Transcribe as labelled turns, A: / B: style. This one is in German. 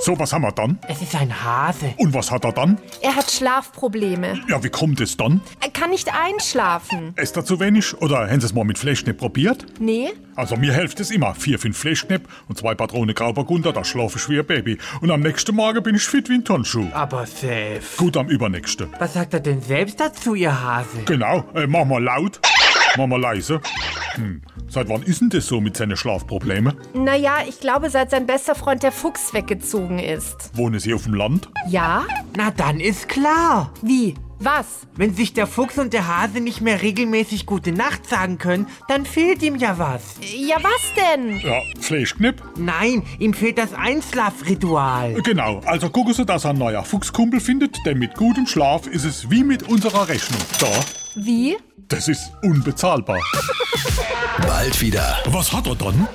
A: So, was haben wir dann?
B: Es ist ein Hase.
A: Und was hat er dann?
C: Er hat Schlafprobleme.
A: Ja, wie kommt es dann?
C: Er kann nicht einschlafen.
A: Esst er zu wenig? Oder haben Sie es mal mit Fleischknepp probiert?
C: Nee?
A: Also mir hilft es immer. Vier, fünf Fleischknepp und zwei Patronen Grauburgunder, da schlafe ich wie ein Baby. Und am nächsten Morgen bin ich fit wie ein Tonschuh.
B: Aber Sef,
A: Gut am übernächsten.
B: was sagt er denn selbst dazu, ihr Hase?
A: Genau, äh, mach mal laut, mach mal leise. Hm, seit wann ist denn das so mit seinen Schlafproblemen?
C: Naja, ich glaube, seit sein bester Freund der Fuchs weggezogen ist.
A: Wohnen Sie auf dem Land?
C: Ja?
B: Na dann ist klar.
C: Wie? Was?
B: Wenn sich der Fuchs und der Hase nicht mehr regelmäßig gute Nacht sagen können, dann fehlt ihm ja was.
C: Ja, was denn?
A: Ja, Fleischknepp?
B: Nein, ihm fehlt das Einschlafritual.
A: Genau, also gucken Sie, dass er einen neuen Fuchskumpel findet, denn mit gutem Schlaf ist es wie mit unserer Rechnung. Da,
C: Wie?
A: das ist unbezahlbar.
D: Bald wieder.
A: Was hat er dann?